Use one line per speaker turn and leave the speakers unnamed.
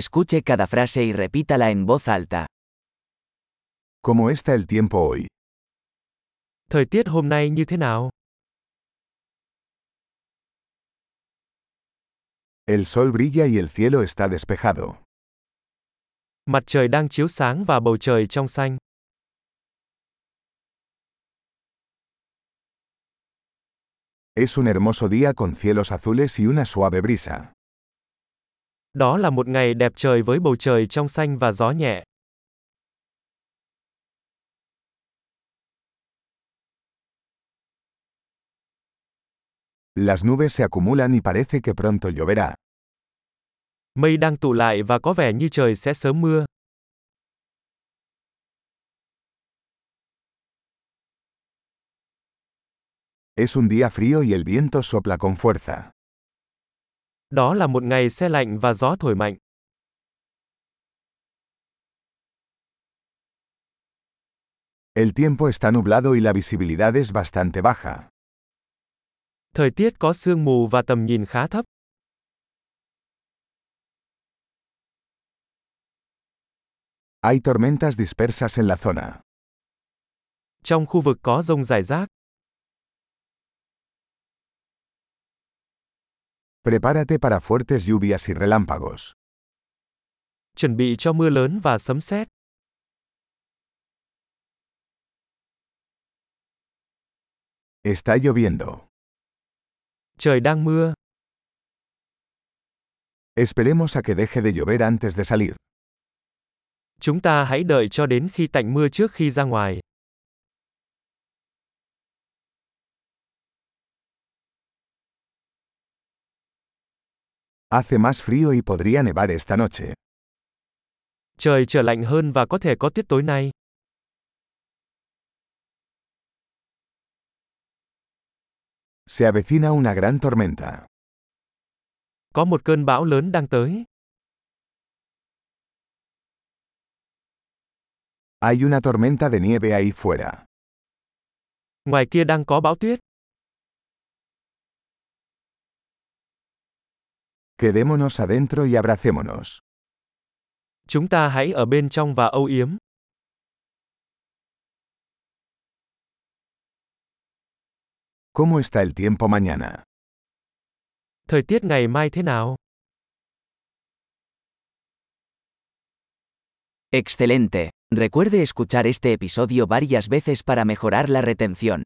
Escuche cada frase y repítala en voz alta.
¿Cómo está el tiempo hoy?
Thời tiết hôm nay như thế nào?
El sol brilla y el cielo está despejado.
Mặt trời đang chiếu sáng và bầu trời trong xanh.
Es un hermoso día con cielos azules y una suave brisa.
Đó là một ngày đẹp trời với bầu trời trong xanh và gió nhẹ.
Las nubes se acumulan y parece que pronto lloverá.
Mây đang tụ lại và có vẻ như trời sẽ sớm mưa.
Es un día frío y el viento sopla con fuerza.
Đó là một ngày se lạnh và gió thổi mạnh.
El tiempo está nublado y la visibilidad es bastante baja.
Thời tiết có sương mù và tầm nhìn khá thấp.
Hay tormentas dispersas en la zona.
Trong khu vực có rông rải rác,
Prepárate para fuertes lluvias y relámpagos.
chuẩn bị cho mưa lớn và sấm sét.
Está lloviendo.
Trời đang mưa,
Esperemos a que deje de llover antes de salir.
chúng ta hãy đợi cho đến khi tạnh mưa trước khi ra ngoài.
Hace más frío y podría nevar esta noche.
Trời trở lạnh hơn và có thể có tuyết tối nay.
Se avecina una gran tormenta.
Có một cơn bão lớn đang tới.
Hay una tormenta de nieve ahí fuera.
Ngoài kia đang có bão tuyết,
Quedémonos adentro y abracémonos.
chúng ta hãy ở bên trong và âu yếm.
¿Cómo está el tiempo mañana?
Thời tiết ngày mai thế nào?
Excelente. Recuerde escuchar este episodio varias veces para mejorar la retención.